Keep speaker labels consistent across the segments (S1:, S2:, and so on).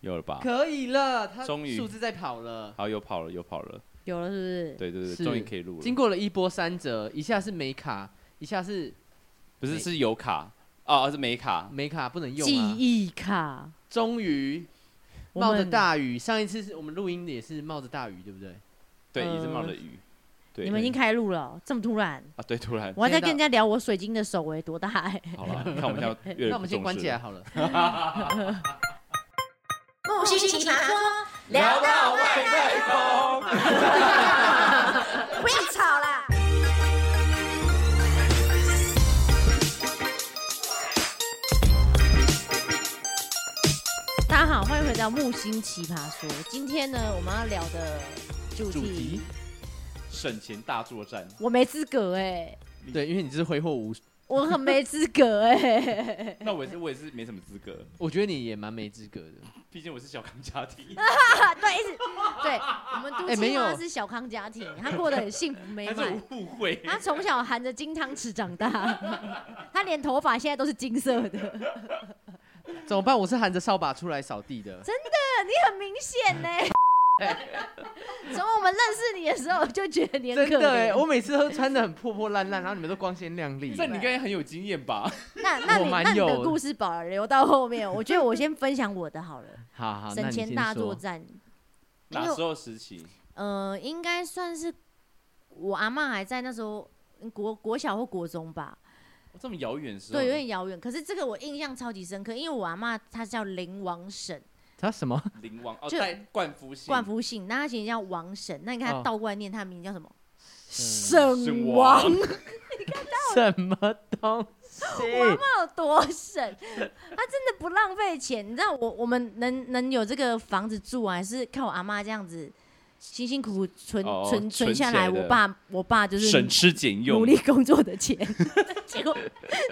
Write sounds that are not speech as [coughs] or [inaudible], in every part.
S1: 有了吧？
S2: 可以了，它
S1: 终于
S2: 数字在跑了。
S1: 好，有跑了，有跑了，
S3: 有了是不是？
S1: 对对对，
S2: 是
S1: 终于可以录
S2: 经
S1: 了。
S2: 过了一波三折，一下是没卡，一下是
S1: 不是是有卡啊，啊是没卡，
S2: 没卡不能用、啊。
S3: 记忆卡，
S2: 终于
S3: 我
S2: 冒着
S3: 们
S2: 大雨，上一次是我们录音也是冒着大雨，对不对？
S1: 对，
S3: 呃
S1: 也是冒了雨。对，
S3: 你们已经开录了，这么突然，
S1: 啊，对，突然
S3: 我还在
S2: 现在
S3: 跟人家聊我水晶的手围多大哎、
S1: 好了，看我们要越来越
S2: [laughs] 那我们先
S1: 不重
S2: 关
S1: 视
S2: 起来
S1: 了
S2: 好
S1: [laughs]
S2: 了。
S4: [laughs] 木须奇葩说，聊到哦外太空，不要吵啦！
S3: 大家好，欢迎回到木星奇葩说。今天呢，我们要聊的主
S1: [laughs]
S3: 题，
S1: 主题省钱大作战，
S3: 我没资格哎、
S2: 对，因为你这是挥霍无，
S3: 我很没资格哎、
S1: 那我也是我也是没什么资格，
S2: 我觉得你也蛮没资
S3: [laughs]
S2: 格的。
S1: 毕竟我是小康家庭。
S3: 对，一
S2: [laughs]
S3: 直对，我们都
S2: 哎没
S3: 青
S2: 有
S3: 蛙是小康家庭，他过得很幸福美
S1: [laughs]
S2: [laughs]
S1: 但是
S3: 满。
S1: 我误会，
S3: 他从小含着金汤匙长大，他连头发现在都是金色
S2: [laughs]
S3: 的，这
S2: 怎么办？我是含着扫把出来扫地的。
S3: 你很明
S2: [laughs]
S3: 显呢、从我们认识你的时候，我就觉得你很
S2: 真
S3: 可
S2: 的哎，
S3: 怜。
S2: 我每次都穿的很破破烂烂，然后你们都光鲜亮丽。
S1: 这你应该很有经验吧？
S3: 那那
S2: 我
S3: 你
S2: 蛮
S3: 那你
S2: 有
S3: 的
S2: 的
S3: 故事保留到后面，我觉得我先分享我的好了。
S2: [laughs] 好好，那
S3: 省
S2: 你
S3: 钱
S2: 先
S3: 大作
S2: 说。
S3: 战，因
S1: 哪
S3: 为
S1: 时候时期？
S3: 呃，应该算是我阿嬷还在那时候嗯国国小或国中吧，
S1: 这么遥远的时候？
S3: 对，有点遥远。可是这个我印象超级深刻，因为我阿嬷她叫林王婶，
S2: 他什么？
S1: 灵王哦，
S3: 就
S1: 带冠夫姓，
S3: 冠夫姓，那她其实叫王婶。那你看她
S1: 嗯
S2: 哦
S3: 倒过来念，她的名字叫什么？
S1: 圣
S3: 沈
S1: 嗯王
S3: 王，
S2: 什么东
S3: [laughs]
S2: 西？
S3: 她有多省？她真的不浪费钱。你知道我我们能能有这个房子住啊，还是靠我阿嬷这样子辛辛苦苦存
S1: 哦
S3: 存
S1: 存
S3: 存下
S1: 起来
S3: 来。我
S1: 的
S3: 爸我爸就是
S1: 省吃俭用
S3: 努，力工作的钱， [laughs] 结果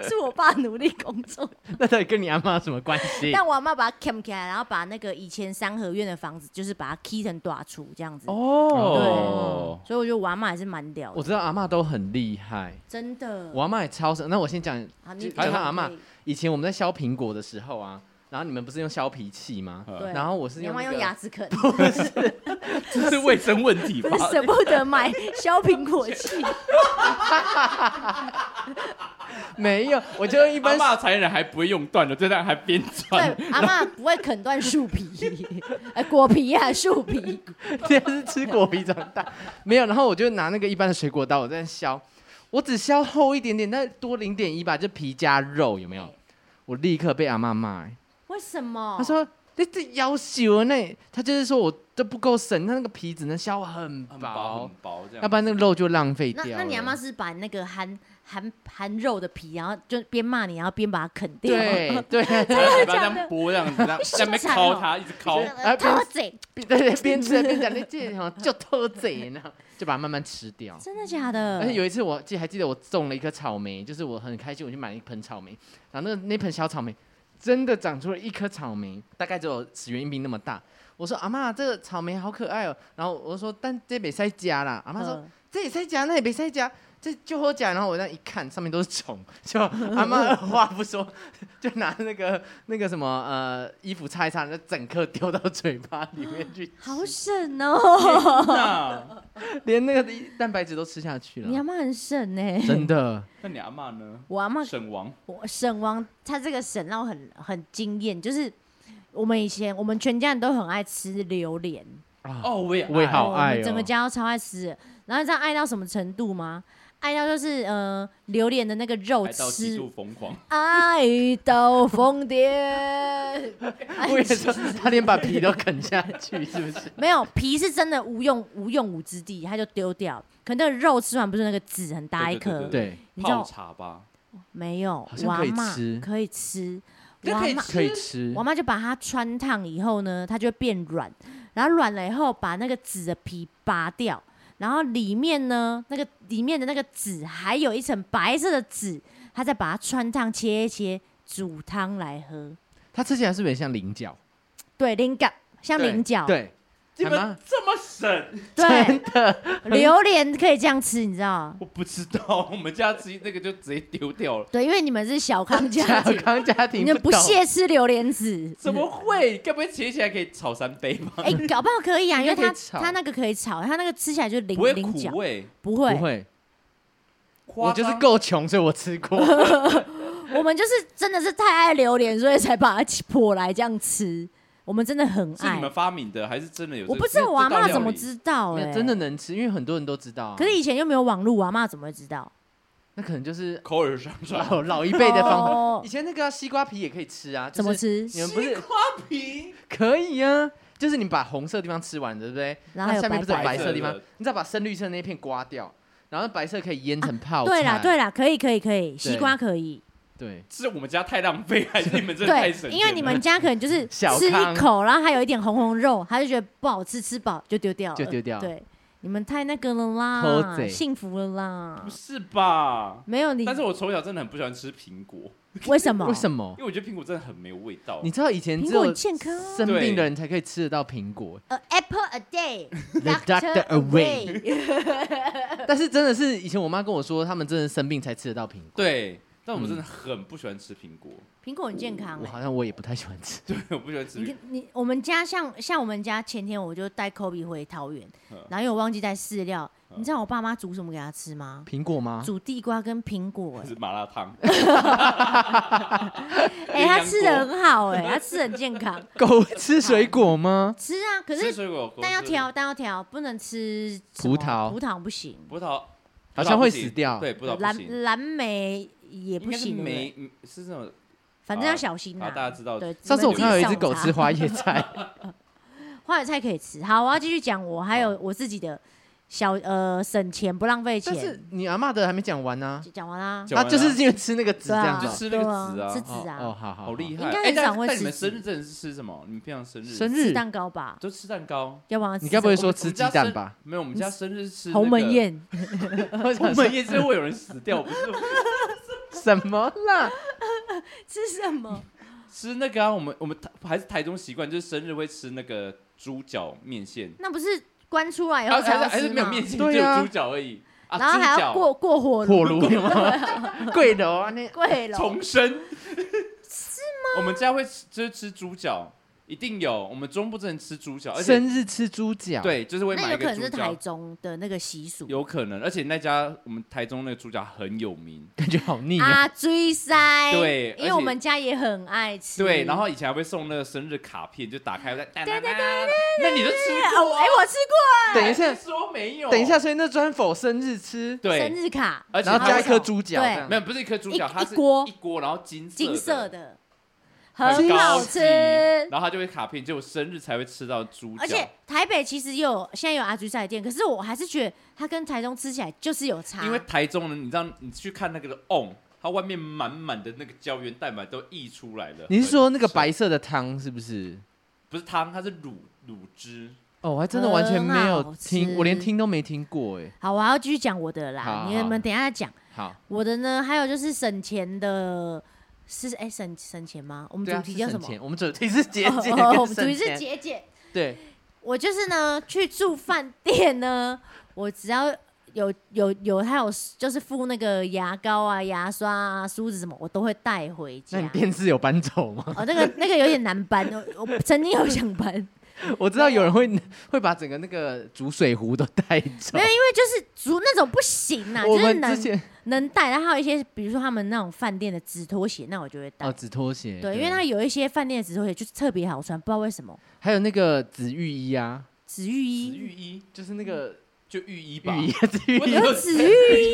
S3: 是我爸努力工作，
S2: 那到底跟你阿妈什么关系？
S3: 但我阿妈把它 cam 起来，然后把那个以前三合院的房子，就是把它 key 成短处这样子。
S2: 哦，
S3: 所以我觉得我阿妈还是蛮屌
S2: 我
S3: 的，
S2: 知道阿妈都很厉害，
S3: 真的。
S2: 我阿妈也超神。那我先讲
S3: 好，你
S2: 还有他阿
S3: 妈
S2: 嬷，以前我们在削苹果的时候啊，然后你们不是用削皮器吗？
S3: 对，
S2: 然后我是
S3: 你阿
S2: 用、
S3: 妈
S2: 那
S3: 用
S2: 个
S3: 牙齿
S2: [laughs]
S3: 啃， [laughs]
S1: 这 [laughs] 是卫生问题吧
S3: 真的？舍不得买削苹果
S2: [laughs]
S3: 器。
S2: 没有，我就用一
S1: [laughs] 阿
S2: 般
S1: 爸残忍还不会用断的，这当然还编撰。
S3: 对，阿妈不会啃断
S2: [laughs]
S3: 树皮，哎，果皮啊，树皮。
S2: 天是吃果皮长大，没有。然后我就拿那个一般的水果刀，我在那削，我只削厚一点点，但多零点一吧，就皮加肉，有没有？我立刻被阿妈骂、欸，
S3: 为什么？
S2: 她说。你这要求呢？她就是说我这不够省，它那个皮只能削很
S1: 很薄
S2: 薄
S1: 很，薄这样，
S2: 要不然那个肉就浪费
S3: 那
S2: 掉
S3: 那你阿
S2: 了
S3: 妈是把那个含含含肉的皮，然后就边骂你，然后边把它啃掉。 [laughs]
S2: 对对，
S1: 然后这样剥这样子，这样在那边
S3: 凶残
S1: 敲
S3: 哦
S1: 它，一直敲
S3: 这。
S2: 哎
S3: 样，偷嘴，
S2: 边
S3: [laughs]
S2: 对对边吃边讲，那这好像就偷贼呢，就把它慢慢吃掉。
S3: 真的假
S2: 哎
S3: 的？
S2: 而且有一次我记还记得我种了一颗草莓，就是我很开心，我去买了一盆草莓，然后那那盆小草莓真的长出了一颗草莓，大概只有十元硬币那么大。我说阿妈，这个草莓好可爱哦。然后我就说，但这没塞夹啦。阿妈说，
S3: 嗯
S2: 这也塞夹，那也没塞夹，这就好夹。然后我那一看，上面都是虫， [laughs] 就阿妈
S3: [laughs]
S2: 二话不说， [laughs] 就拿那个那个什么呃衣服擦一擦，就整颗丢到嘴巴里面去，
S3: 啊好省
S2: [laughs]
S3: 哦， [laughs]
S1: 那
S2: 连那个蛋白质都吃下去
S3: 你阿
S2: 了，
S3: 妈很省呢、
S2: 真
S3: [laughs]
S2: 的。
S1: 那你阿妈呢？
S3: 我阿妈，
S1: 沈王
S3: 我省王，她这个省让我很很惊艳，就是我们以前我们全家人都很爱吃榴莲，
S1: 哦，我也
S2: 我也
S1: 爱
S2: 好
S3: 我
S2: 爱
S3: 们整
S2: 哦
S3: 个家都超爱吃的。然后你知道爱到什么程度吗？爱到就是呃，榴莲的那个肉
S1: 爱到极
S3: 吃
S1: 度疯狂。
S3: 爱到
S1: [laughs]
S3: 疯癫，哎
S2: 我也说，他连把皮都啃下去，是不
S3: [laughs]
S2: 是？
S3: 没有皮是真的无用无用武之地，他就丢掉。可那个肉吃完不是那个籽很大一
S1: 对对对
S3: 颗，
S2: 对，
S3: 你知道
S1: 泡茶吧，
S3: 没有
S2: 好？像
S3: 我
S2: 可
S3: 阿
S2: 以
S3: 妈
S2: 吃
S3: 可以吃，我
S1: 那
S3: 阿
S1: 可以
S3: 妈
S2: 可以吃
S3: 我。妈就把它穿烫以后呢，它就会变软，然后软了以后把那个籽的皮拔掉，然后里面呢那个里面的那个籽还有一层白色的籽，她再把它穿烫切一切煮汤来喝。
S2: 它吃起来是不是很像菱角？
S3: 对，菱角像
S2: 对
S3: 菱角，
S2: 对，
S1: 你
S2: 还
S1: 们
S2: 蛮
S1: 这么省，
S3: 对，榴莲可以这样吃，你知道吗？
S1: 我不知道，我们家吃那个就直接丢掉
S3: [laughs]
S1: 了。
S3: 对，因为你们是小康
S2: [laughs]
S3: 家
S2: 小
S3: 庭，
S2: 康家庭
S3: 你们不
S2: 懂
S3: 屑吃榴莲籽。
S1: 怎么会？该不会切起来可以炒三杯吧？
S3: 哎、搞不好可以啊，因
S2: [laughs]
S3: 为
S2: 应该可以
S3: 它
S2: 炒
S3: 它那个可以炒，它那个吃起来就零
S1: 不会
S3: 零角
S1: 苦，味，
S3: 不会。
S2: 不会，
S1: 夸
S2: 我就是
S1: 张
S2: 够穷，所以我吃过。
S3: 我们就是真的是太爱榴莲，所以才把它破来这样吃。我们真的很
S1: 是你
S3: 爱
S1: 们，发明的还是真的有这个？
S3: 我不知道我阿
S1: 这道
S3: 妈
S1: 料
S3: 怎么
S1: 理
S3: 知道
S2: 没
S3: 哎、
S2: 有真的。能吃，因为很多人都知道、啊。
S3: 可是以前又没有网络，我阿妈怎么会知道？
S2: 那可能就是
S1: 口耳相传。
S2: [laughs] 老老一辈的方法。
S3: 哦
S2: 以前那个啊、西瓜皮也可以吃啊，就是
S3: 怎么吃？
S2: 你们不是
S1: 瓜皮，
S2: 可以啊？就是你把红色地方吃完，对不对？
S3: 然后还
S2: 那
S3: 有
S2: 下面不是有
S1: 白白
S2: 白色的地
S1: 白
S2: 方
S1: 色的，
S2: 你再把深绿色那一片刮掉，然后白色可以腌成泡菜。
S3: 对啦，对啦，可以，可以，可以，西瓜可以。
S2: 对
S1: 是我们家太浪费，还是你们真的太省
S3: 对，
S1: 钱了？
S3: 因为你们家可能就是
S2: [laughs] 小
S3: 吃
S2: 康
S3: 一口，然后还有一点红红肉，他就觉得不好吃，吃饱就丢掉了，
S2: 就丢掉
S3: 对，你们太那个了
S2: 偷
S3: 啦，
S2: 贼
S3: 幸福了啦
S1: 不。是吧？
S3: 没有你，
S1: 但是我从小真的很不喜欢吃苹果，
S3: 为什么？
S2: 为什
S3: 么？
S2: 么
S1: 因？为我觉得苹果真的很没有味道。
S2: 你知道以前
S3: 苹
S2: 只
S3: 果
S2: 有
S3: 很健康啊
S2: 生病的人才可以吃得到苹果，
S3: A apple a day,
S2: The doctor away 但是真的是以前我妈跟我说，他们真的生病才吃得到苹果。
S1: 对，但我们真的很不喜欢吃苹果。
S3: 苹果很健康
S2: 我
S3: 欸、
S2: 好像我也不太喜欢
S3: [laughs]
S2: 吃，
S1: 对，我不喜欢吃
S3: 你
S1: 苹
S3: 看你我们家像像我们家前天我就带 Kobe 回桃园
S1: 嗯，
S3: 然后因为我忘记带饲料，
S1: 嗯
S3: 你知道我爸妈煮什么给他吃吗？
S2: 苹果吗？
S3: 煮地瓜跟苹果、
S1: 果，
S3: 欸，
S1: 是麻辣烫。
S3: 哎、
S1: 鸳鸯
S3: 他吃的
S1: 锅
S3: 很好、欸，哎，他吃得很
S1: [laughs]
S3: 健康，
S2: 狗吃水果吗？
S3: 吃啊，可
S1: 吃
S3: 是
S1: 水果，
S3: 但要
S1: 是
S3: 挑，但要挑，不能吃什么
S2: 葡萄
S3: 葡萄不行，
S1: 葡萄，
S2: 好像
S1: 葡萄
S2: 会
S1: 不行
S2: 死掉
S1: 对，葡萄不行，
S3: 蓝蓝莓也
S1: 应
S3: 不
S1: 该是
S3: 行，对不对
S1: 梅，嗯是那种
S3: 反正要小心
S1: 好
S3: 啊。
S1: 大家知道
S3: 对，
S2: 上次我看到有一只狗吃
S3: 花
S2: 花椰菜，
S3: [laughs] 花野菜可以吃。好，我要继续讲，我还有我自己的小呃省钱不浪费
S2: 但是
S3: 钱，讲
S2: 你阿嬷的还没讲完啊呢，
S3: 讲完
S2: [laughs]
S3: 啦。
S1: 讲
S2: 她
S1: 完了
S2: 就是因为吃那个籽这样子
S1: 就
S2: 哦，
S1: 吃那个籽
S3: 对
S1: 啊
S3: 啊吃
S2: 哦
S3: 籽啊
S2: 哦，好好
S1: 好厉害。
S3: 应该
S1: 哎
S3: 很
S1: 但
S3: 少会
S1: 但你们
S3: 吃
S1: 生
S3: 籽
S1: 日真的是吃什么？你们平常生日
S2: 生
S3: 吃
S2: 日
S3: 蛋糕吧，
S1: 都吃蛋糕？
S3: 要不然
S2: 你该不会说
S1: 我们
S2: 吃鸡
S1: 家
S2: 蛋
S1: 生
S2: 吧？
S1: 没有，我们家生日吃
S3: 鸿门
S1: 那个
S3: 宴？
S1: 鸿门宴真会有人死掉，不是
S2: 什么 [laughs] 啦？
S3: 吃什么？
S1: 吃那个啊？我们我们台还是台中习惯，就是生日会吃那个猪脚面线，
S3: 那不是关出来以
S1: 啊还
S3: 后才
S1: 是
S3: 要
S1: 还是
S3: 吃
S1: 没有
S3: 吗？
S1: 面线，只
S2: 对啊
S1: 有猪脚而已啊，
S3: 然后还
S1: 猪
S3: 要
S1: 脚
S3: 过过火
S2: 火
S3: 炉、
S2: 炉吗？ [laughs] 贵楼啊，那
S3: [laughs] 贵了。
S1: 重生是吗？我们家会吃就是吃猪脚，一定有，我们中部真的吃猪脚，而且
S2: 生日吃猪脚，，
S1: 对，就是会
S3: 那
S1: 买
S3: 有
S1: 一
S3: 可
S1: 个
S3: 能
S1: 猪
S3: 是台
S1: 脚。
S3: 中的那个习俗。
S1: 有可能，而且那家我们台中那个猪脚很有名，
S2: 感觉好腻啊。
S3: 啊，追塞，
S1: 对
S3: 因
S1: 而
S3: 为
S1: 且
S3: 我们家也很爱吃。
S1: 对，然后以前还会送那个生日卡片，就打开在，哒哒哒哒那你就吃
S3: 啊，我哎，我吃
S2: 等一
S1: 现在
S2: 下，
S1: 说没有，
S2: 等一下，，所以那专否生日吃，
S3: 过
S1: 对
S3: 生，日卡，
S1: 而且
S2: 然后
S1: 它
S2: 加
S1: 会
S2: 一颗猪脚，
S3: 对
S2: 这样
S1: 没有，不是一颗猪
S3: 一
S1: 脚，它
S3: 一
S1: 是
S3: 锅
S1: 一锅，然后金色
S3: 金
S1: 的，
S3: 色的，
S1: 很
S3: 很
S1: 高
S3: 好
S1: 级
S3: 吃。
S1: 然后它就会卡片，只有生日才会吃到猪脚，
S3: 而且台北其实也有现在有阿菊赛店，可是我还是觉得它跟台中吃起来就是有差。
S1: 因为台中呢，你知道你去看那个的 on，它外面满满的那个胶原蛋白都溢出来了。
S2: 你是说那个
S1: 很
S2: 白色的汤是不是？
S1: 不是汤，它是卤卤汁，
S3: 啊
S2: 哦，我还真的完全没有
S3: 很好吃
S2: 听，我连听都没听过哎。
S3: 好，我要继续讲我的
S2: 好
S3: 啦，
S2: 好
S3: 你们等一下讲
S2: 好，
S3: 我的呢。还有就是省钱的，是哎省省钱吗？我们
S2: 对啊，
S3: 主题叫
S2: 是
S3: 什
S2: 省
S3: 么？
S2: 钱我们主题是节 [laughs] 俭
S3: 哦哦我
S2: 跟
S3: 们主
S2: 省
S3: 题是
S2: 钱，
S3: 节俭。
S2: 对，
S3: 我就是呢，去住饭店呢， [laughs] 我只要有有有，还有就是付那个牙膏啊、牙刷啊、梳子什么，我都会带回家
S2: 那你。电视有搬走
S3: [laughs]
S2: 吗？
S3: 哦，那个那个有点难搬，我我曾经有想搬，因
S2: 我知道有人会 [laughs] 会把整个那个煮水壶都带走
S3: 没。有为就是煮那种不行呐、
S2: 我
S3: 就
S2: 们
S3: 是
S2: 之
S3: 能
S2: 前
S3: 能带，然后还有一些比如说他们那种饭店的纸拖鞋，那我就会带。
S2: 哦，纸拖鞋，
S3: 对，因为它有一些饭店的纸拖鞋就是特别好穿，不知道为什么。
S2: 还有那个紫浴衣啊，
S3: 紫浴
S1: 紫
S3: 衣，
S1: 御衣
S2: 就是那个
S1: 就御衣吧，
S2: 浴衣，啊紫浴
S1: 我
S2: 衣
S1: 怎么
S3: 有
S1: 有
S3: 紫浴衣，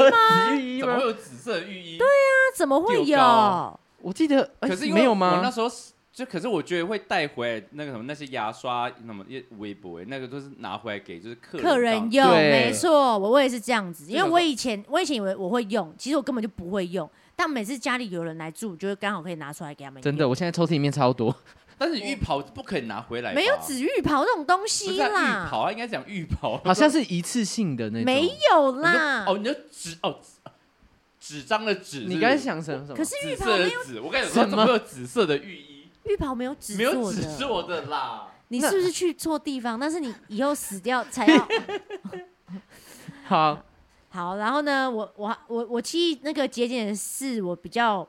S2: 紫浴衣
S1: 怎么会？
S2: 吗
S1: 有紫色的御衣？对，
S3: 那怎么会
S1: 丢
S3: 有
S1: 高？
S2: 我记得，哎
S1: 可是因为
S2: 没有
S1: 我那
S2: 吗？
S1: 时候是就可是我觉得会带回来那个什么那些牙刷，那么一微博那个都是拿回来给就是客人
S3: 客人用，
S2: 对
S3: 没错，我我也是这样子，
S1: 就
S3: 因为
S1: 想
S3: 我
S1: 说
S3: 以前我以前以为我会用，其实我根本就不会用，但每次家里有人来住，就会刚好可以拿出来给他们。
S2: 真的，，我现在抽屉里面超多。
S1: 但是浴袍不可以拿回来吧，
S3: 哦没有紫玉袍这种东
S1: 不
S3: 西
S1: 是啊浴
S3: 啦，
S1: 袍，它应该讲浴袍，
S2: 好像是一次性的那种。
S3: 没有
S1: 我就
S3: 啦。
S1: [laughs] 哦，你就纸哦纸纸张的纸，
S2: 你
S1: 是不
S2: 刚才
S1: 是
S2: 想成什么？
S3: 可是
S1: 紫
S3: 浴袍
S1: 色
S3: 没
S1: 的
S3: 有
S1: 紫，我刚才有说
S2: 什
S1: 怎
S2: 么
S1: 么会有紫色的浴衣？
S3: 浴袍没有纸
S1: 没有
S3: 做
S1: 纸
S3: 的，
S1: 做的啦，
S3: 你是不是去错地方？但是你以后死掉才要
S2: 好，
S3: 好。然后呢，我我我我记忆那个节俭的事，我比较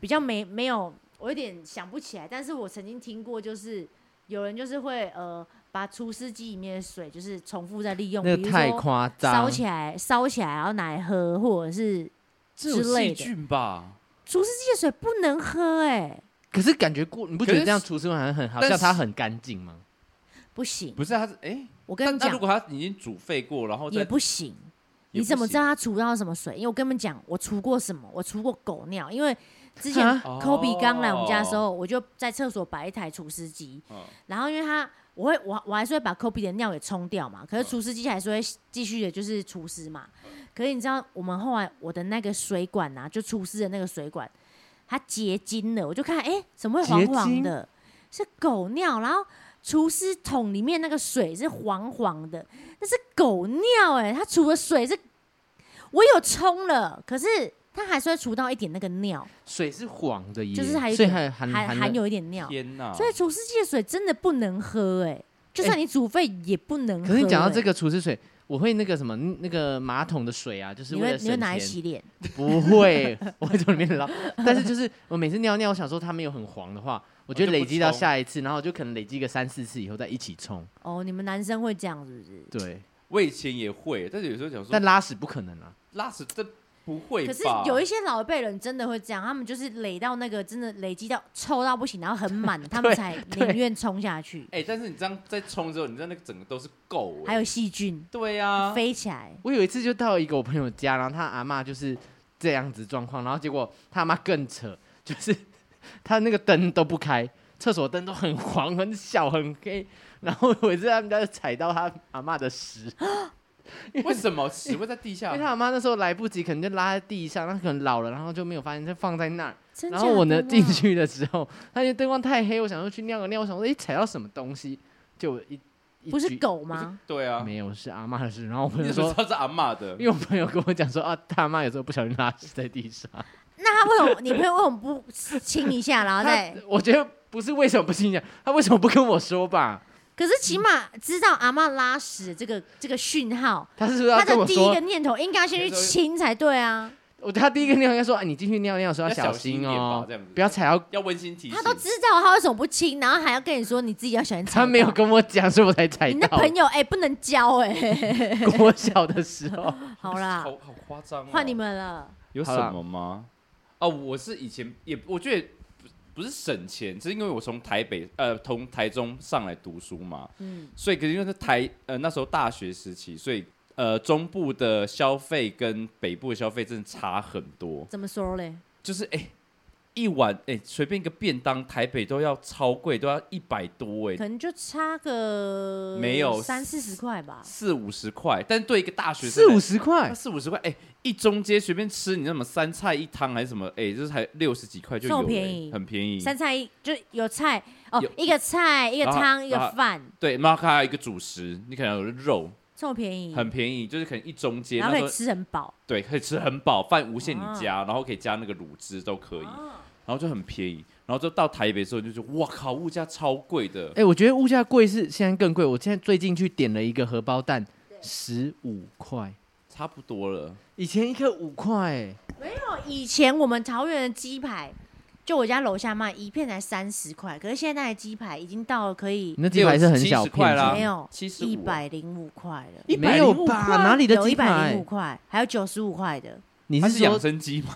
S3: 比较没没有，我有点想不起来。但是我曾经听过，就是有人就是会呃把除湿机里面的水就是重复再利用，
S2: 那
S3: 比
S2: 个
S3: 如
S2: 太
S3: 说
S2: 夸张，
S3: 烧起来，烧起来然后拿来喝，或者是
S1: 这有
S3: 之
S1: 细
S3: 类的
S1: 菌吧？
S3: 除湿机的水不能喝、哎，
S2: 可是感觉过，你不
S1: 可
S2: 觉得
S1: 是
S2: 这样厨师好像很好
S1: 但
S2: 像它
S1: 是
S2: 很干净吗？
S3: 不行。
S1: 不是，它是哎，
S3: 我跟
S1: 但
S3: 你
S1: 那
S3: 讲
S1: 如，果它已经煮沸过，然后再
S3: 也不行。
S1: 也
S3: 你
S1: 不
S3: 怎么知
S1: 行
S3: 道他除到什么水？因为我跟你们讲，我除过什么？我除过狗尿，因为之前
S2: 啊
S3: Kobe 刚来我们家的时
S1: 哦
S3: 候，我就在厕所摆一台除湿机，
S1: 嗯
S3: 然后因为他我会我我还是会把 Kobe 的尿给冲掉嘛，可是
S1: 嗯
S3: 除湿机还是会继续的，就是除湿嘛。可是你知道，我们后来我的那个水管啊，就除湿的那个水管，它结晶了，我就看哎、诶怎么会黄
S2: 结
S3: 黄
S2: 晶
S3: 的？是狗尿，然后除湿桶里面那个水是黄黄的，那是狗尿哎、它除的水是，我有冲了，可是它还是会除到一点那个尿，
S2: 水是黄的耶，
S3: 就是还有一
S2: 所以
S3: 点
S2: 嗯还含
S3: 还
S2: 含
S3: 含
S2: 了
S3: 有一点尿，
S1: 天哪！
S3: 所以除湿机的水真的不能喝哎、就
S2: 哎
S3: 算你煮沸也不能喝、
S2: 可是你讲到
S3: 哎
S2: 这，个厨师水，我会那个什么那个马桶的水啊，就是
S3: 你
S2: 为
S3: 会
S2: 了
S3: 你会
S2: 省
S3: 拿来
S2: 钱。
S3: 洗脸，
S2: 不会， [laughs] 我会从里面捞。但是就是我每次尿尿，我想说它没有很黄的话，我就
S1: 就不
S2: 累积到
S1: 冲
S2: 下一次，然后我就可能累积个三四次以后再一起冲。
S3: 哦，你们男生会这样是不是？
S2: 对，
S1: 我以前也会，但是有时候想说
S2: 但拉屎不可能啊。
S1: 拉屎这不会
S3: 可
S1: 吧？
S3: 是有一些老一辈人真的会这样，他们就是累到那个真的累积到臭到不行，然后很满，
S2: [laughs]
S3: 他们才
S2: 对
S3: 宁愿冲下去。
S1: 哎，但是你这样再冲之后，你知道那个整个都是垢，
S3: 还
S1: 有
S3: 有细菌
S1: 对啊，
S3: 飞起来，
S2: 我有一次就到一个我朋友家，然后他阿妈就是这样子状况，然后结果他阿妈更扯，就是 [laughs] 他那个灯都不开，厕所灯都很黄、很小、很黑，然后我在他们家就踩到他阿妈的屎，
S1: 为什么屎会在地
S2: 因
S1: 下
S2: 为？他阿妈那时候来不及，可能就拉在地上，她可能老了，然后就没有发现，就放在那儿。
S3: 真
S2: 然
S3: 假
S2: 后我
S3: 的
S2: 呢
S3: 啦
S2: 进，去的时候，发现灯光太黑，我想说去尿个尿，我想说诶踩到什么东西，就一一
S3: 不是
S2: 举
S3: 狗吗？
S1: 对啊， [laughs]
S2: 没有是阿妈的事。然后我朋
S1: 你
S2: 友
S1: 怎么
S2: 说
S1: 知，道是阿嬷的
S2: 因？为我朋友跟我讲说啊，他妈有时候不小心拉屎在地上。
S3: 那他为什么你朋友为什么不亲一下，然后
S2: [laughs] 他
S3: 再？
S2: 我觉得不是为什么不信讲，他为什么不跟我说吧？
S3: 可是起码知道阿嬷拉屎这个这个讯号，
S2: 他是不是要
S3: 他
S2: 啊跟
S3: 的
S2: 我
S3: 第一
S2: 说
S3: 个？念头应该要先去
S1: 先说
S3: 亲才对啊。
S2: 我他第一个尿应该说，啊，你进去尿尿的时候
S1: 要
S2: 小
S1: 小心一点吧
S2: 哦
S1: 这样子，
S2: 不要踩到。
S1: 要温馨提醒。
S3: 他都知道，他为什么不亲？然后还要跟你说你自己要喜欢踩
S2: 他没有
S3: 到
S2: 跟我讲，所以我才踩
S3: 你那
S2: 到。
S3: 朋友哎、不能交哎、
S2: [laughs] 我小的时
S3: [laughs]
S2: 候，
S3: 好啦，
S1: 好好夸张哦。
S3: 换你们了。
S1: 有
S2: 好啦
S1: 什么吗？啊，我是以前也，我觉得不不是省钱，是因为我从台北呃从台中上来读书嘛，
S3: 嗯，
S1: 所以可是因为是台呃那时候大学时期，所以呃中部的消费跟北部的消费真的差很多，
S3: 怎么说嘞？
S1: 就是哎、一碗哎随、便一个便当，台北都要超贵，都要一百多哎、
S3: 可能就差个
S1: 没有
S3: 三四十块吧。
S1: 四五十块，但对一个大学生
S2: 四
S1: 来
S2: 五十块
S3: 哦
S1: 那，四五十块，哎、一中街随便吃，你那什么三菜一汤还是什么，哎、就是才六十几块就有、
S3: 这
S1: 了，
S3: 么便宜
S1: 很便宜。
S3: 三菜一就有菜哦
S1: 有，啊
S3: 一个菜一个
S1: 然后
S3: 汤一个
S1: 然后
S3: 饭，
S1: 对，然后它还有一个主食，你可能有肉，
S3: 这么便宜，
S1: 很便宜，就是可能一中街
S3: 然
S1: 那
S3: 后可
S1: 时候
S3: 以吃啊很饱。
S1: 对可以吃很饱，饭无限你加，然后可以加那个卤汁都可以，
S3: 啊
S1: 然后就很便宜。然后就到台北之后就觉得，哇靠，物价超贵的
S2: 哎、，我觉得物价贵是现在更贵。我现在最近去点了一个荷包蛋，十五块，
S1: 差不多了。
S2: 以前一颗五块、欸，
S3: 哦以前我们桃园的鸡排，就我家楼下卖一片才三十块，可是现在的鸡排已经到了可以
S2: 你那鸡排是很
S1: 70
S2: 小
S1: 块
S2: 片
S1: 啦
S2: 的，
S3: 没有
S1: 75
S3: 一百零五块了。
S1: 105
S2: 没有吧？
S1: 块
S2: 哪里的
S3: 有
S2: 鸡
S3: 一百
S2: 排
S3: 零五？块，还有九十五块的，
S2: 你
S1: 它
S2: 是
S1: 是养
S2: 说啊
S1: 生鸡吗？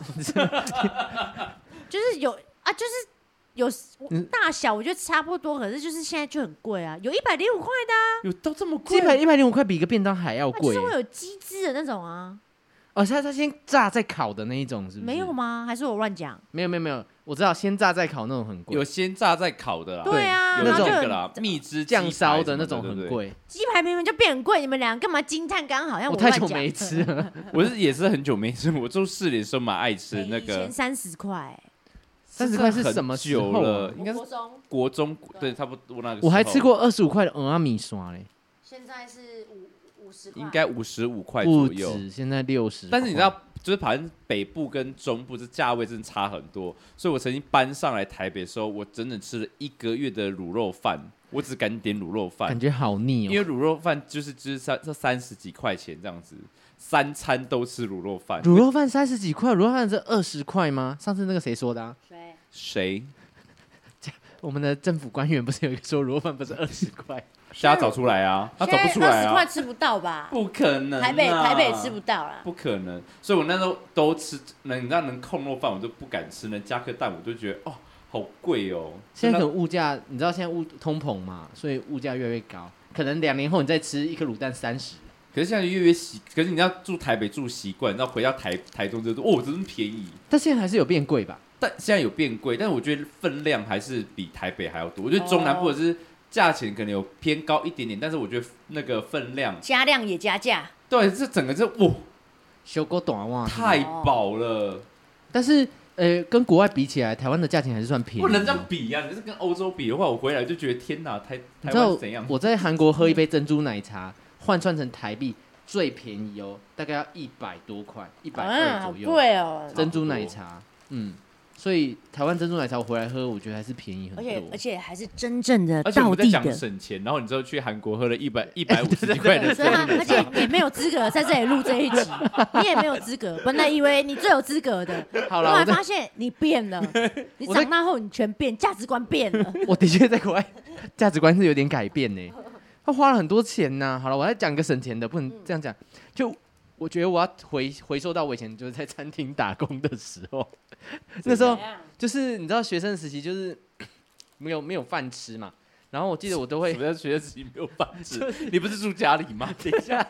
S3: 就是有啊，就是有我
S2: 嗯
S3: 大小，我觉得差不多，可是就是现在就很贵啊，有一百零五块的啊，
S1: [laughs] 有到这么贵
S2: 鸡？排一百零五块比一个便当还要
S3: 它就
S2: 贵、
S3: 是会
S2: 欸？
S3: 有鸡汁的那种啊，
S2: 哦，是它它先炸再烤的那一种，是不是？
S3: 没有吗？还是我乱讲？
S2: 没有没有没有，我知道先炸再烤那种很贵，
S1: 有鲜榨再烤的啦，
S3: 对啊
S1: 有
S2: 那
S1: 那
S2: 种
S1: 个啦，蜜汁鸡
S2: 酱烧
S1: 排
S2: 的
S1: 什么
S2: 那
S1: 的
S2: 种
S1: 对不
S2: 很
S1: 对
S2: 贵。
S3: 鸡排明明就变很贵，你们俩干嘛惊叹刚好？像
S2: 我太
S3: 乱
S2: 久
S3: 讲， [laughs]
S2: 没吃
S1: [laughs]
S2: 了， [laughs]
S1: 我是也是很久没吃，我做四年的时候蛮爱吃那
S3: 哎以前
S1: 个，
S3: 三十块，
S2: 三十块是什么时
S1: 久
S2: 候啊
S1: 了？？应该是
S3: 国中
S1: 国中，对，差不多那个。
S2: 我还吃，过二十五块的鹅阿米刷嘞，
S3: 现在是五五十
S1: 应该五十五块
S2: 不
S1: 左右。
S2: 止，现在六十。
S1: 但是你知道，就是反正北部跟中部这价位真的差很多，所以我曾经搬上来台北的时候，我整整吃了一个月的卤肉饭，我只敢点卤肉饭
S2: 感，觉好腻
S1: 因
S2: 哦。
S1: 为卤肉饭就是就是三这三十几块钱这样子，三餐都吃卤肉饭。
S2: [laughs] 卤肉饭三十几块，卤肉饭是二十块吗？上次那个谁说的、啊？
S3: 对，
S1: 谁？
S2: 我们的政府官员不是有一个说卤肉饭不是二十块？
S1: 大家找出来啊，他找不出来
S3: 二十块
S1: 啊，
S3: 吃不到吧？
S1: 不可能啊、
S3: 台北台北吃不到啦。
S1: 不可能，所以我那时候都吃，能你知道能控肉饭我就不敢吃，能加颗蛋我就觉得哦好贵哦。
S2: [laughs] 现在可
S1: 真
S2: 能
S1: 的
S2: 物价，你知道现在物通膨嘛，所以物价越来越高。可能两年后你再吃一颗卤蛋三十，
S1: 可是现在越越习，可是你要住台北住习惯，你知道回到台台中就说哦真便宜，
S2: 但现在还是有变贵吧？
S1: 但现在有变贵，但我觉得分量还是比台北还要多。我
S2: 哦
S1: 觉得中南部的是价钱可能有偏高一点点，但是我觉得那个分量，
S3: 加量也加价，
S1: 对，这整个这哇
S2: 修狗短袜，
S1: 太饱了，
S2: 但是呃，跟国外比起来，台湾的价钱还是算便宜。
S1: 不能这样。比呀、啊！你是跟欧洲比的话，我回来就觉得天哪，台
S2: 你
S1: 台
S2: 知道
S1: 湾是怎样？
S2: 我在韩国喝一杯珍珠奶茶，换算成台币最便宜哦，大概要一百多块，一百
S3: 啊，
S2: 二
S3: 好
S2: 左右。
S3: 贵哦。
S2: 珍珠奶茶，嗯，所以台湾珍珠奶茶我回来喝，我觉得还是便宜很
S3: 而
S2: 多。
S3: 且而且还是真正的
S1: 而且我
S3: 道
S1: 们在
S3: 地
S1: 讲
S3: 的，
S1: 省钱，然后你知道去韩国喝了一
S2: [laughs]
S1: 百一百五十块的
S3: 所以
S1: 珍
S3: 他
S1: 珠奶
S3: 而
S1: 茶
S3: 且也没有资格在这里录这一集，你也没有资格。本来以为你最有资格的，
S2: 好
S3: 后
S2: 了，我
S3: 来
S2: 在 [laughs]
S3: 发现你变了，你
S2: 我在
S3: 长大后你全变，价值观变
S2: [laughs]
S3: 了。
S2: 我的确在国外价值观是有点改变呢。他花了很多钱呐、好了，我再讲一个省钱的，不能这样讲。就我觉得我要回回溯到我以前就是在餐厅打工的时候，
S3: 啊
S2: 那时候就是你知道学生时期就是 [coughs] 没有没有饭吃嘛，然后我记得我都会
S1: 什么叫觉得自己没有饭吃？ [laughs] 你不是住家里
S2: [laughs]
S1: 吗？等一 [laughs] 下，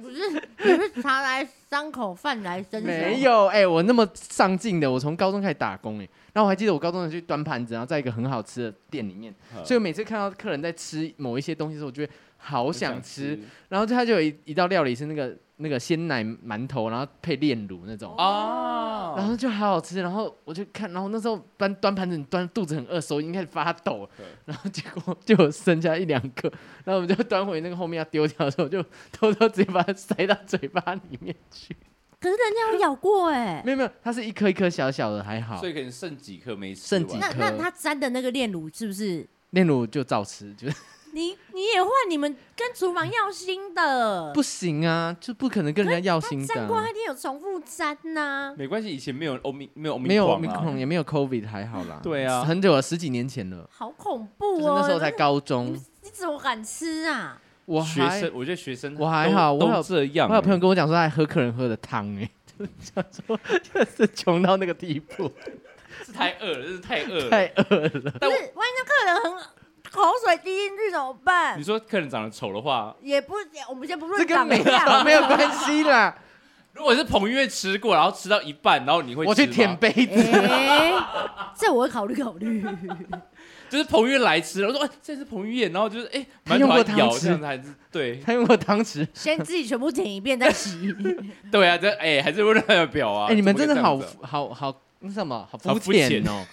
S3: 不是，你是茶来张口，饭来伸手。
S2: 没，有，哎、我那么上进的，我从高中开始打工、哎，然后我还记得我高中的时候去端盘子，然后在一个很好吃的店里面，
S1: 嗯
S2: 所以我每次看到客人在吃某一些东西的时候，我就会好想吃。然后就他就有一一道料理是那个那个鲜奶馒头，然后配炼乳那种，
S1: 哦，
S2: 然后就好好吃。然后我就看，然后那时候端端盘子，你端肚子很饿，手已经开始发抖
S1: 对，
S2: 然后结果就有剩下一两个，然后我们就端回那个后面要丢掉的时候，我就偷偷直接把它塞到嘴巴里面去。
S3: 可是人家有咬过哎、
S2: 没有没有，它是一颗一颗小小的，还好
S1: 所。以可能剩几颗没吃，
S2: 剩
S1: 完。
S2: 几
S3: 那
S2: 颗
S3: 那他沾的那个炼乳是不是？
S2: 炼乳就照吃，就是
S3: 你你也换你们跟厨房要新的，
S2: 不行啊，就不可能跟人家要新的
S3: 沾过他
S2: 啊、
S3: 一定有重复沾呐、
S1: 没关系，以前没有欧米，没有欧米，
S2: 没有
S1: 米
S2: 孔也没有 COVID，还好啦。
S1: 啊 [laughs] 对啊
S2: 很久了，十几年前了，
S3: 好恐
S2: 就
S3: 怖
S2: 是
S3: 哦！
S2: 那时候才高中
S3: 你，你怎么敢吃啊？
S2: 我
S1: 学
S2: 还
S1: 生，我觉得学生
S2: 我还
S1: 都
S2: 好我还
S1: 都
S2: 有
S1: 这样欸。
S2: 我有朋友跟我讲说，他还喝客人喝的汤， [laughs] 哎，就是想说，就是穷到那个地步，
S1: 是欸太饿了，是太饿了。
S2: 太饿了。
S3: 不是，万一那客人很口水滴进去怎么办
S1: 你？说客人长得丑的话，
S3: 也不，我们先不
S2: 这
S3: 论
S2: 跟
S3: 长啊
S2: 美
S3: 相，
S2: 没有关系啦，
S1: 如果是彭于晏吃过，然后吃到一半，然后 [laughs] 你会
S2: 我去
S1: 吃吗
S2: 舔，杯
S1: [laughs]
S2: 子。
S3: 哎、这我会考虑考虑。
S1: 就是彭于晏来吃，我说哎，这是彭于晏，然后就是哎，
S2: 他
S1: 馒
S2: 用
S1: 头
S2: 过
S1: 还
S2: 汤
S1: 咬
S2: 匙
S1: 这样子还是对
S2: 他用过汤匙，
S3: 先自己全部舔一遍再洗。
S1: [laughs] 对啊，这哎还是会代表啊。
S2: 哎、你们
S1: 怎么
S2: 真
S1: 可
S2: 的
S1: 以
S2: 好
S1: 这样子啊
S2: 好好，那什么，好
S1: 好
S2: 肤
S1: 肤
S2: 浅
S1: 浅
S2: 哦。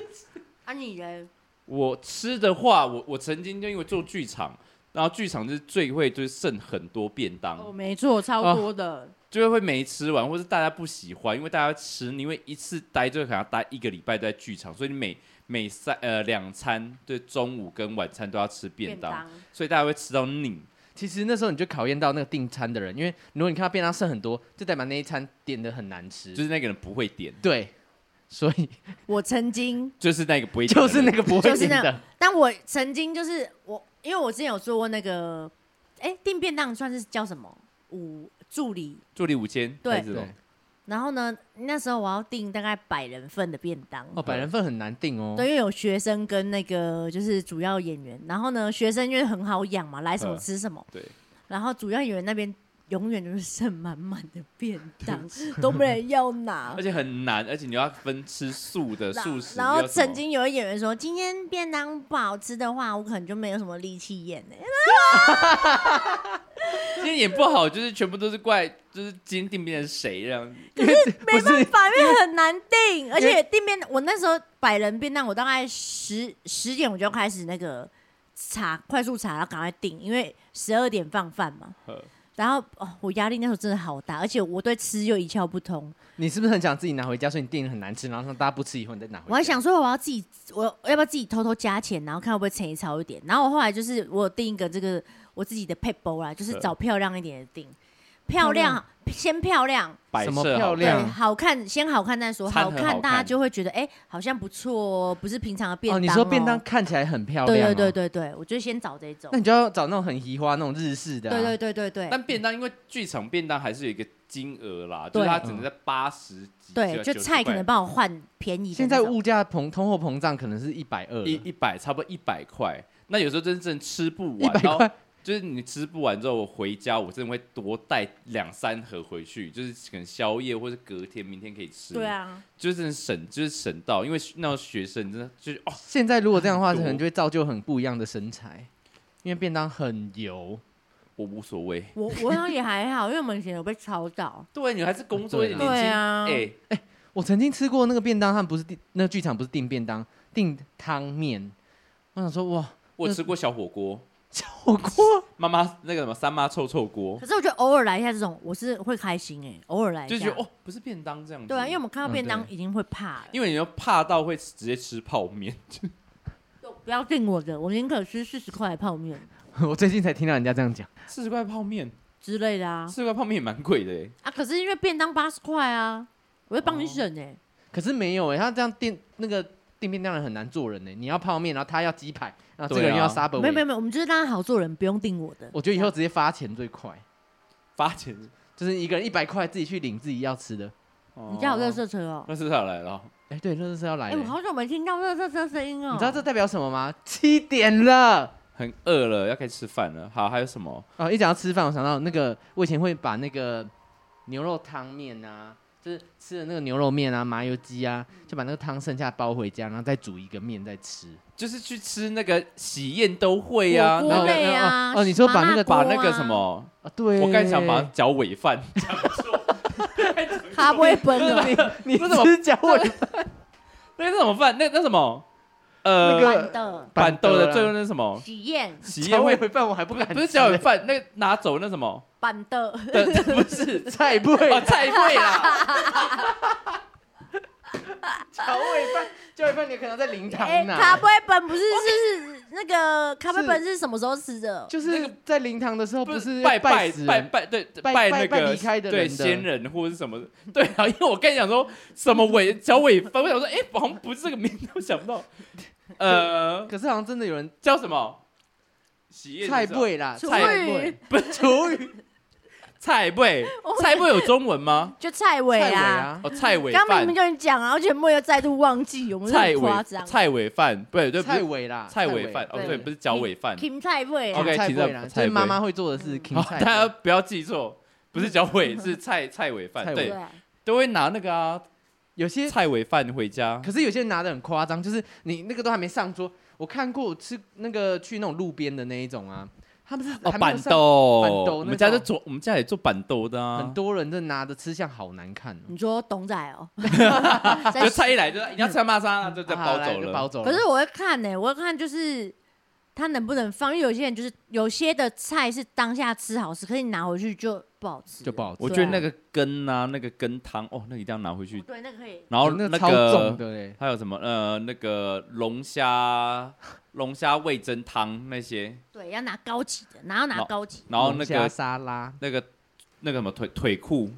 S3: [laughs] 啊，你人
S1: 我吃的话，我我曾经就因为做剧场，然后剧场就是最会就是剩很多便当，
S3: 哦，没错，超多的。
S1: 就会没吃完，或是大家不喜欢，因为大家吃，你会一次待就可能要待一个礼拜在剧场，所以你每每三呃两餐，对中午跟晚餐都要吃便当，所以大家会吃到腻。
S2: 其实那时候你就考验到那个订餐的人，因为如果你看到便当剩很多，就代表那一餐点的很难吃。
S1: 就是那个人不会点，
S2: 对，所以
S3: 我曾经
S1: 就是那个不会点的
S2: 就
S1: 人，
S2: 是那个不
S3: 就
S2: 会
S3: 是
S2: 点
S3: 那
S2: 的，
S3: 但我曾经就是我，因为我之前有做过那个，哎、订便当算是叫什么五助理，
S1: 助理五千，
S3: 对
S1: 还是什么
S2: 对
S3: 然后呢，那时候我要订大概百人份的便当。
S2: 哦，百人份很难订哦。
S3: 对，因为有学生跟那个就是主要演员，然后呢，学生因为很好养嘛，来什么
S1: 嗯
S3: 吃什么，
S1: 对，
S3: 然后主要演员那边永远就是剩满满的便当， [laughs] 都没人要拿
S1: 而。且很难，而且你要分吃素的 [laughs]
S3: 然
S1: 素食，
S3: 然
S1: 要
S3: 后
S1: 什么
S3: 曾经有一演员说，今天便当不好吃的话，我可能就没有什么力气演呢、
S1: 今天演不好，就是全部都是怪，就是今天定变成谁这样子，
S3: 没办法，因为很难
S1: [laughs]
S3: 订，而且订便我那时候百人便当，我大概十十点我就开始那个查快速查，然后赶快订，因为十二点放饭嘛。
S1: 呵
S3: 然后哦，我压力那时候真的好大，而且我对吃又一窍不通。
S2: 你是不是很想自己拿回家？所以你订的很难吃，然后让大家不吃以后你再拿回家。
S3: 我还想说我要自己，我我要不要自己偷偷加钱，然后看会不会乘以超一点。然后我后来就是我有订一个这个我自己的 p e b b 啦，
S2: 呃
S3: 就是找漂亮一点的订，漂亮先漂亮，
S1: 摆
S2: 什么
S1: 设
S2: 漂
S1: 好看
S2: 亮
S3: 对，好看先好看再说，
S1: 餐
S3: 好
S1: 很好
S3: 看大家
S1: 看
S3: 就会觉得哎、好像不错哦，不是平常的便
S2: 哦，
S3: 当、
S2: 你说便当。看起来很漂
S3: 对
S2: 亮、哦啊
S3: 对对。对对，我就先找这种
S2: 那。你就要找那种很移花那种日式的、啊。
S3: 对对对对对，
S1: 但便当因为剧场便当还是有一个金额啦，就
S3: 对
S1: 是它只能在八十几，
S3: 对，就菜可能帮我换便宜的那种。
S2: 现在物价膨通货膨胀可能是一百二，
S1: 一一百，差不多一百块。那有时候真正吃不
S2: 一
S1: 完，
S2: 百
S1: 然后
S2: 块，
S1: 就是你吃不完之后，我回家我真的会多带两三盒回去，就是可能宵夜或者隔天明天可以吃。
S3: 对，啊，
S1: 就是真的省，就是省到，因为那种学生真的就是哦，
S2: 现在如果这样的话，
S1: 很
S2: 可
S1: 多
S2: 能就会造就很不一样的身材，因为便当很油。
S1: 我无所谓。
S3: 我我好像也还好，因为我们以前有被
S2: [laughs]
S3: 吵到。
S1: 对，你还是工作一点
S3: 对
S1: 年轻，
S3: 啊
S1: 哎，
S2: 我曾经吃过那个便当，他们不是订那个剧场不是订便当，订汤面。我想说哇， [laughs]
S1: 我
S3: 嗯
S1: 吃过小火
S3: [laughs]
S1: 锅，
S2: 火锅
S1: [laughs] 妈妈那个什么三妈臭臭锅
S3: 可，是我觉得偶尔来一下这种，我是会开心哎、偶尔来一
S1: 就
S3: 下。
S1: 觉得哦，不是便当这样子。
S3: 对啊，因为我们看到
S2: 嗯
S3: 便当
S2: 对
S3: 已经会怕了。
S1: 因为你要怕到会直接吃泡面，
S3: 不要订我的，我宁可吃四十块的泡面
S2: 我最近才听到人家这样讲，
S1: 四十块泡面，
S3: 之类的啊
S1: 四十块泡面也蛮贵的欸
S3: 啊！可是因为便当八十块啊，我会帮
S2: 哦
S3: 你省哎、
S2: 可是没有哎、他这样订那个订便当人很难做人呢、欸你要泡面，然后他要鸡排，然后这个
S1: 对啊
S2: 人又要沙本、
S3: 没有没有，没有，我们就是让他好做人，不用订我的。
S2: 我觉得以后直接发钱最快，
S1: 发钱。
S2: 就是一个人一百块自己去领自己要吃的。
S3: 你家有热色车哦、
S1: 那是要来了，
S2: 哎、对，那是要来
S3: 哎、
S2: 了、
S3: 我好久没听到热色车声音哦、
S2: 你知道这代表什么吗？七点了。
S1: 很饿了，要该吃饭了。好，还有什么？
S2: 哦，一讲到吃饭，我想到那个，我以前会把那个牛肉汤面啊，就是吃的那个牛肉面啊、麻油鸡啊，就把那个汤剩下包回家，然后再煮一个面再吃。
S1: 就是去吃那个喜宴都会呀、
S3: 火
S1: 然
S3: 锅
S1: 后
S3: 类啊
S2: 哦哦你说把那个
S1: 把
S3: 麻辣锅啊
S1: 那个什么，
S2: 啊，对，
S1: 我刚才想把它搅尾饭，
S3: 他不会崩的，
S2: [laughs] [laughs] 你
S1: 那怎么
S2: 吃脚我
S1: 那个是什么饭？那那什么，
S2: 那
S1: 呃，
S2: 个
S3: 板的
S1: 板豆的最后
S2: 后
S1: 那是什么
S3: 喜宴
S1: 喜宴
S2: 脚尾
S1: 会
S2: 饭我还不敢吃，
S1: 不是搅尾饭，那个拿走那什么
S3: 板的。
S2: 啊
S1: 的不是
S2: 菜 [laughs] 不
S1: 哦
S2: 会，
S1: 菜会啦，
S2: 脚尾饭，脚尾饭你可能在灵堂
S3: 哎、咖
S2: 拿，
S3: 啡本不是是是那个咖啡本是什么时候吃的？
S2: 就是在灵堂的时候不是
S1: 拜
S2: 拜
S1: 拜
S2: 死
S1: 拜
S2: 人
S1: 拜对那
S2: 拜拜拜
S1: 个
S2: 离开的
S1: 对
S2: 人的
S1: 先人或者是什么对啊，因为我刚才讲说什么尾搅尾饭，我想说哎好像不是这个名字，我想不到，呃
S2: 可是好像真的有人
S1: 叫什么喜宴
S2: 菜
S1: 是吧
S2: 味啦，
S3: 厨
S2: 菜
S3: 余
S2: 味
S1: 不是厨余菜味
S3: 我
S1: 菜味有中文吗？
S3: 就蔡伟
S2: 菜尾
S3: 啊。
S2: 啊，
S1: 哦菜尾
S3: 刚明
S1: 饭
S3: 明就你讲啊，而且莫又再度忘记，我们是
S1: 菜
S3: 很夸
S1: 尾
S3: 张。
S1: 菜尾饭不对对不
S2: 菜
S1: 是
S2: 尾啦，
S1: 菜尾饭哦
S3: 对
S1: 对不是搅尾饭
S3: Kim 蔡伟啊
S1: OK，
S2: 菜
S1: 请
S2: 贵
S1: 在
S2: 啦，就
S1: 菜
S2: 是
S1: 贵
S2: 妈妈会做的事情。
S1: 好
S2: 菜
S1: 大
S2: 贵
S1: 家不要记错。不是脚
S2: [laughs]
S1: 尾，是菜菜尾饭，
S2: 菜尾
S1: 对
S3: 对，
S1: 都会拿那个啊
S2: 有些，
S1: 菜尾饭回家。
S2: 可是有些人拿的很夸张，就是你那个都还没上桌。我看过，我吃那个去那种路边的那一种啊，他们是
S1: 哦，
S2: 还没有
S1: 板
S2: 上，
S1: 豆，
S2: 板豆
S1: 我
S2: 那
S1: 们家就
S2: 种
S1: 做，我们家也做板豆的啊，
S2: 很多人这拿着吃相好难看哦。
S3: 你说董仔
S2: [laughs]
S3: 哦，
S1: 就菜一来就你要吃玛莎，就这样包
S2: 啊来
S1: 走
S2: 就
S1: 了。
S2: 包走了。
S3: 可是我会看呢、我会看就是他能不能放，因为有些人就是有些的菜是当下吃好吃，可是你拿回去就不好吃，
S2: 就不好吃
S1: 我觉得那个羹啊，那个羹汤，哦，那一定要拿回去。
S3: 对那个可以，
S1: 然后
S2: 那
S1: 那
S2: 超重
S1: 个
S2: 的嘞，
S1: 还有什么呃，那个龙
S2: [laughs]
S1: 虾龙虾味噌汤那些，
S3: 对要拿高级的，然后拿
S1: 好
S3: 高级，
S1: 然后那
S2: 龙虾
S1: 个
S2: 沙拉，
S1: 那个那个什么腿腿裤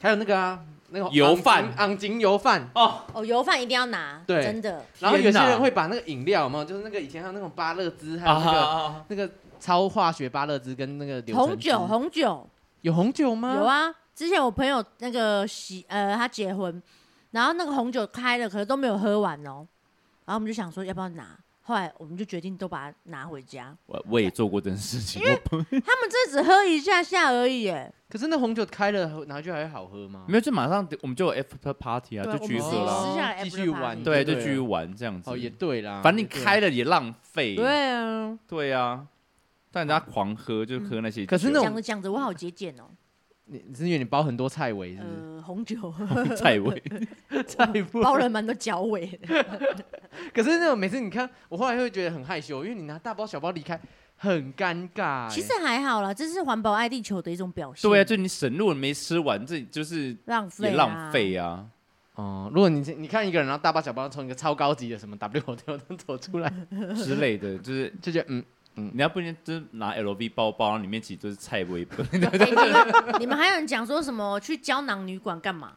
S2: 还有那个啊，那个
S1: 油饭
S2: 昂昂金油饭。
S1: 哦，
S3: 哦油饭一定要拿，
S2: 对
S3: 真的
S2: 然后有
S1: 天
S2: 些
S1: 哪
S2: 人会把那个饮料嘛，就是那个以前还有那种芭乐汁，还有那个
S1: 啊，
S2: 那个超化学芭乐汁跟那个柳橙
S3: 红酒
S2: 汁
S3: 红酒
S2: 有红酒吗？
S3: 有啊，之前我朋友那个喜呃他结婚，然后那个红酒开了，可是都没有喝完哦，然后我们就想说要不要拿，后来我们就决定都把它拿回
S1: [laughs]
S3: 家。
S1: 我我也做过这件事情，我朋友
S3: 他们这只喝一下下而已，哎，
S2: 可是那红酒开了拿去还会好喝吗？
S1: 没有就马上我们就有 after party 啊，
S3: 对
S1: 就去
S3: 我
S1: 喝
S3: 们自
S1: 啦
S3: 己，私哦下的
S2: 继续
S3: after party
S2: 玩，
S1: 对，就
S2: 了
S1: 去玩这样子。
S2: 哦，也对啦，
S1: 反正你
S2: 也对
S1: 开。了也浪费。
S3: 对啊，
S1: 对啊，但人家狂喝就喝那些酒，
S2: 嗯可是那
S3: 讲
S2: 种
S3: 着讲着我好节俭哦，
S2: 你你是因为你包很多菜尾是不是？
S1: 嗯
S3: 呃，红酒
S1: [laughs]
S3: [laughs]
S1: 菜
S2: [laughs]
S1: 味，
S2: 菜尾
S3: 包了蛮多脚尾
S1: [laughs]
S3: 的，
S2: 可是那种每次你看，我后来会觉得很害羞，因为你拿大包小包离开，很尴尬欸、
S3: 其实还好啦，这是环保爱地球的一种表现。
S1: 对啊，就你省路没吃完，这就是
S3: 浪
S1: 也
S3: 费啊
S1: 浪费啊。
S2: 哦，如果你你看一个人，然后大包小包从一个超高级的什么 W Hotel 走出来，
S1: 嗯之类的，就是
S2: 就觉得嗯，
S1: 你要不然就是拿 LV 包包，里面其实都是菜微
S2: [laughs]
S1: 波。
S3: 哎你们你们还有人讲说什么去胶囊旅馆干嘛？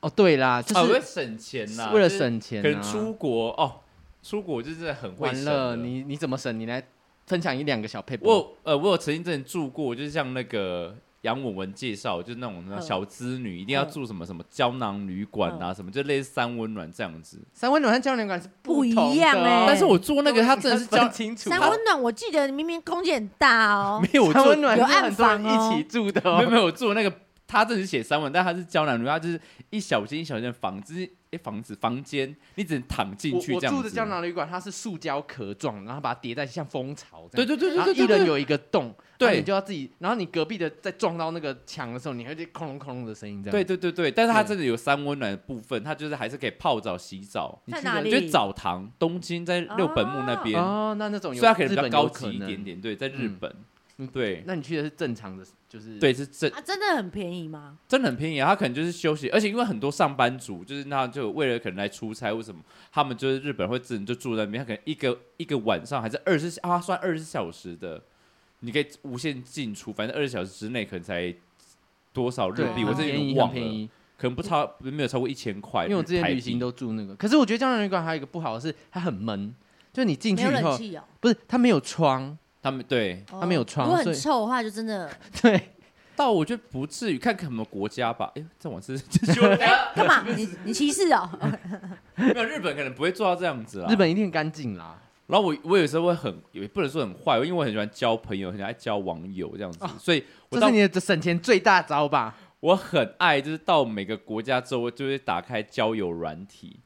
S2: 哦对啦，就
S1: 啊，为
S2: 是
S1: 了省钱呐、
S2: 为了
S1: 就是
S2: 省钱啊
S1: 可能出国哦，出国就是很会
S2: 完
S1: 省
S2: 了，
S1: 的。
S2: 你你怎么省？你来分享一两个小配
S1: 我
S2: 博。
S1: 有呃，我有曾经真的住过，就是像那个杨文文介绍，就是那种那种
S3: 嗯
S1: 小资女一定
S2: 嗯
S1: 要住什么什么胶囊旅馆啊，什么就类似三温暖这样子。
S2: 三温暖和胶囊馆是
S3: 不一
S2: 同的
S3: 样
S2: 哦
S3: 欸
S1: 但是我住那个，它真 [laughs] 的是胶，
S2: 讲清楚。
S3: 三温暖，我记得明明空间很大哦
S1: 没。有我住
S2: 三温暖
S3: 有
S2: 是很多人
S3: 暗房哦
S2: 一起住的
S1: 没有
S2: 哦。
S1: 没有我住那个，它这里写三温，但它是胶囊旅馆，它就是一小间一小间的房子，哎、房子房间，你只能躺进
S2: 我
S1: 去
S2: 我
S1: 这样子。
S2: 住的胶囊旅馆，它是塑胶壳状，然后把它叠在像蜂巢这
S1: 对对对
S2: 样。
S1: 对
S2: 然后
S1: 对
S2: 一
S1: 对
S2: 人
S1: 对，
S2: 有一个洞，
S1: 对
S2: 然后你就要自己，然后你隔壁的在撞到那个墙的时候，你会就空隆空隆的声音这样。
S1: 对，对对对，但是它
S2: 对
S1: 真的有三温暖的部分，它就是还是可以泡澡、洗澡，
S3: 在哪里？
S1: 就是澡堂，东京在六本木那边，
S2: 哦，那那
S1: 所
S2: 种
S1: 以
S2: 有
S1: 它可能比
S2: 日
S1: 较
S2: 本
S1: 高
S2: 有
S1: 级
S2: 可
S1: 一
S2: 能
S1: 点。点，对，在日
S2: 嗯
S1: 本，
S2: 嗯
S1: 对
S2: 那你去的是正常的，就是
S1: 对是真
S3: 啊，真的很便宜吗？
S1: 真的很便宜啊，它可能就是休息，而且因为很多上班族就是那就为了可能来出差或什么，他们就是日本会自己就住在那边，他可能一个一个晚上还是二十啊，算二十小时的，你可以无限进出，反正二十小时之内可能才多少日
S2: 对
S1: 币，我
S2: 很
S1: 真的有
S2: 便
S1: 点
S2: 宜，很
S1: 忘
S2: 便
S1: 了，
S2: 宜。
S1: 可能不超没有超过一千块，
S2: 因为我之前旅行。都住那个，可是我觉得胶囊旅馆还有一个不好的是，它很闷，就是你进
S3: 没
S2: 去
S3: 有
S2: 以
S3: 冷
S2: 后，
S3: 气哦。
S2: 不是它没有窗， [laughs]
S1: 他们对
S3: 哦
S2: 它没有窗
S3: 如果
S2: 所
S3: 很
S2: 以
S3: 臭的话，就真的
S2: 对，
S1: 到我觉得不至于，看看什么国家吧。哎、这我是 [laughs] 这说了
S3: 干嘛？你你歧视哦？
S1: 没有日本可能不会做到这样子啦。
S2: 日，本一定干净啦。
S1: 然后我我有时候会很也不能说很坏，因为我很喜欢交朋友，很爱交网友这样子，所以我
S2: 哦这
S1: 到
S2: 是你的省钱最大招吧？
S1: 我很爱就是到每个国家之后，我就会打开交友软体，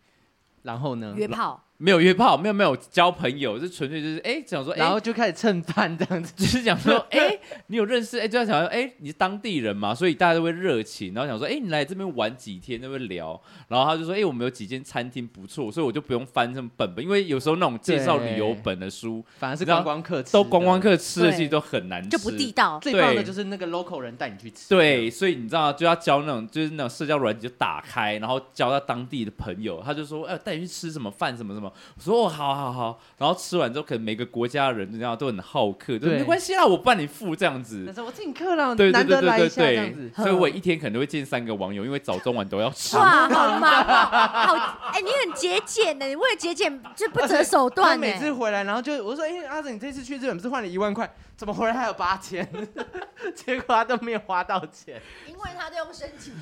S2: 然后呢？
S3: 约炮？
S1: 没有约炮，没有没有交朋友，是纯粹就是哎想说，哎 [laughs]
S2: 然后就开始蹭饭这样子。
S1: 只是想说，哎、你有认识？哎、就在想说，哎、你是当地人嘛，所以大家都会热情，然后想说，哎、你来这边玩几天，都会聊。然后他就说，哎、我们有几间餐厅不错，所以我就不用翻什么本本，因为有时候那种介绍旅游本的书，
S2: 反而是观光客吃的
S1: 都观光。客吃的
S3: 对
S1: 其实都很难吃，
S3: 就不地道。
S2: 最棒的就是那个 local 人带你去吃。
S1: 对，所以你知道就要交那种就是那种社交软件就打开，然后交到当地的朋友，他就说，哎、带你去吃什么饭什么什么，我说哦，好好好，然后吃完之后，可能每个国家的人你知道都很好客，就
S2: 对
S1: 没关系啦，我帮你付这样子
S2: [laughs] 那。时候我请客了，
S1: 对对
S2: 难
S1: 对
S2: 得来
S1: 对
S2: 一下这
S1: 对
S2: 样子。
S1: 所以我一天可能会见三个网友，因为早中晚都要吃。
S3: 哇，好忙哦！好，哎，你很节俭呢，你为了节俭就不择手
S2: 他
S3: 段呢。
S2: 每
S1: 欸
S2: 次回来，然后就我说：“哎、阿泽，你这次去日本不是换了一万块，怎么回来还有八千？” [laughs] 结果他都没有花到钱。
S3: 因为他都用身体，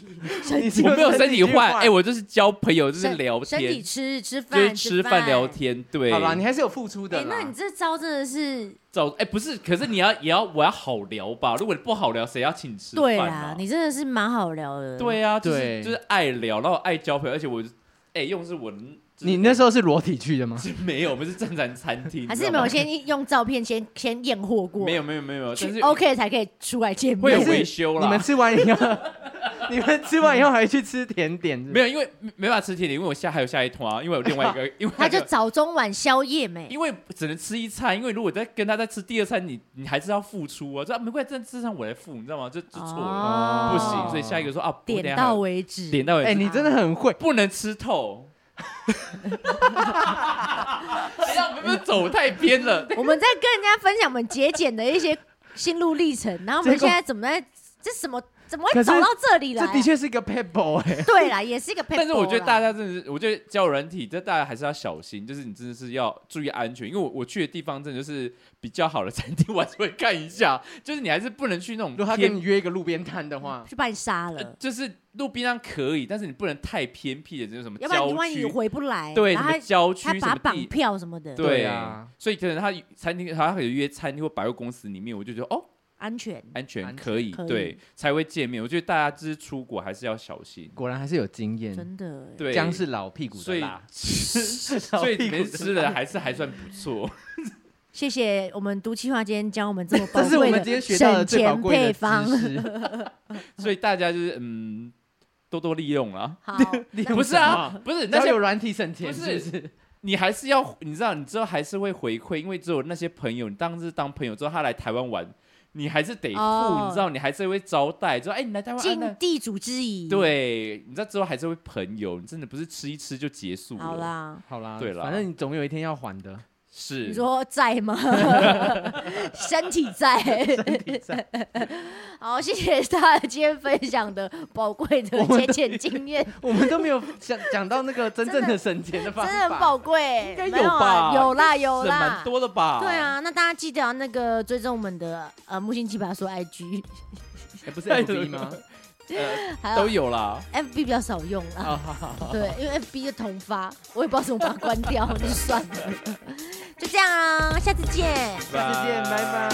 S2: 你
S1: 我没有身体换，哎、
S2: 哎、
S1: 我就是交朋友，就是
S3: 身
S1: 聊
S3: [laughs] 身体
S1: 天，
S3: 吃吃饭，
S1: 就是吃饭聊。天，对。
S2: 好吧，你还是有付出的
S3: 哎，
S2: 啦。
S3: 那你这招真的是
S1: 早哎、不是，可是你要也要我要好聊吧？如果你不好聊，谁要请你吃饭、啊？
S3: 对啦，你真的是蛮好聊的。
S1: 对啊，就是
S2: 对
S1: 就是爱聊，然后爱交朋友，而且我哎、用是我，就是
S2: 你那时候是裸体去的吗？
S1: [laughs] 是没有，我们是正常餐厅，
S3: 还
S1: 你
S3: 是
S1: 知
S3: 没
S1: 道
S3: 有
S1: 吗
S3: 先用照片先先验货过，
S1: 没有没有没有，但
S3: 去哦
S1: 是
S3: OK 才可以出来见面。
S1: 会有
S2: 可是
S1: 维修
S2: 你
S1: 啦
S2: 们。吃完以后， [laughs] 你们吃完以后还去吃甜点是不
S1: 没
S2: 是？
S1: 有，因为没没法吃甜点，因为我下还有下一团啊，因为有另外一个，因为
S3: [laughs] 他
S1: 那
S3: 就
S1: 个
S3: 早中晚宵夜没。
S1: 因为只能吃一餐，因为如果再跟他再吃第二餐，你你还是要付出啊，这啊没关系，这这餐我来付，你知道吗？这这错了，
S3: 哦
S1: 不行，所以下一个说啊，不等一
S3: 点
S1: 下还
S3: 到
S1: 有
S3: 为止，
S1: 点到
S2: 哎、
S1: 为止，
S2: 你真的很会。
S1: 不能吃透。 [laughs] 哎等一下，我们走太偏了。
S3: 我们在跟人家分享我们节俭的一些心路历程，然后我们
S2: 结果
S3: 现在怎么在这什么怎么
S2: 可
S3: 会
S2: 是
S3: 走到这里来
S2: 这
S3: 啊？
S2: 的确是一个 pebble
S1: [laughs]
S2: 哎、
S3: 对啦，也是一个配。
S1: 但是我觉得大家真的是，我觉得交友软体，这大家还是要小心，就是你真的是要注意安全，因为我我去的地方真的就是比较好的餐厅，我还是会看一下， [laughs] 就是你还是不能去那种
S2: 如果他
S1: 偏
S2: 跟你约一个路边摊
S1: [laughs]
S2: 的话，
S3: 去把你杀
S1: 呃
S3: 了，
S1: 就是路边上可以，但是你不能太偏僻的，就是什么
S3: 要不然你
S1: 郊
S3: 万一
S1: 区，
S3: 回不来，
S1: 对，什
S3: 然后
S1: 么
S3: 他
S1: 郊区
S3: 他
S1: 什
S3: 把
S1: 么
S3: 绑
S1: 地，
S3: 票什么的，
S1: 对
S2: 对啊，
S1: 所以可能他餐厅，他可以约餐厅或百货公司里面，我就觉得哦，
S3: 安全。
S1: 安全
S2: 安全
S1: 可以，
S3: 可以
S1: 对，才会见面。我觉得大家就是出国还是要小心，
S2: 果然还是有经验。
S3: 真的欸，
S1: 对，
S2: 姜是老屁股
S1: 所
S2: 的
S1: 以
S2: 辣，
S1: [laughs] 所以你们吃的还是还算不
S3: [laughs]
S1: 错。
S3: 谢谢我们毒气化今天教我们这么
S1: [laughs]
S3: 宝
S2: 这是我
S3: 贵
S2: 们今天学到的
S3: 省
S2: 最宝
S3: 钱
S2: 贵
S3: 配
S2: 的
S3: 方。
S2: 知识。
S1: 所以大家就是嗯，多多利用啦。
S3: 好，
S2: 你
S1: [laughs] 不是啊，不是那
S2: 交
S1: 些
S2: 友软体省钱
S1: 不
S2: 是
S1: 是
S2: 不是？
S1: 你还是要，你知道，你之后还是会回馈，因为只有那些朋友，你当时当朋友之后，他来台湾玩，你还是得付，
S3: 哦
S1: 你知道，你还是会招待，就哎、你来台湾、啊、
S3: 尽
S1: 那
S3: 地主之谊。，
S1: 对，你知道之后还是会朋友，你真的不是吃一吃就结束了。
S3: 好啦，
S2: 好啦，
S1: 对啦
S2: 反正你总有一天要还
S3: [laughs]
S2: 的。
S1: 是
S3: 你说在吗？身体在，好，谢谢大家今天分享的宝贵的
S2: 我们
S3: 节俭经验，
S2: 我们都没有讲讲到那个真正的省钱的方
S3: 真
S2: 法，
S3: 的很宝贵。
S1: 应该
S3: 没有
S1: 吧？
S3: 啊有啦有
S1: 省
S3: 啦
S1: 蛮，多的吧？
S3: 对，啊，那大家记得要那个追踪我们的呃木星奇葩说 IG，
S2: 哎不是
S1: 哎
S2: FB 吗？
S1: 呃，
S3: 还
S1: 都
S3: 有
S1: 有啦。
S3: FB 比较少用啊。
S2: 好好好，
S3: 对，因为 FB 就同发，我也不知道怎么把它关掉，就算了，就这样啊，下次见。
S2: 下次见，拜拜。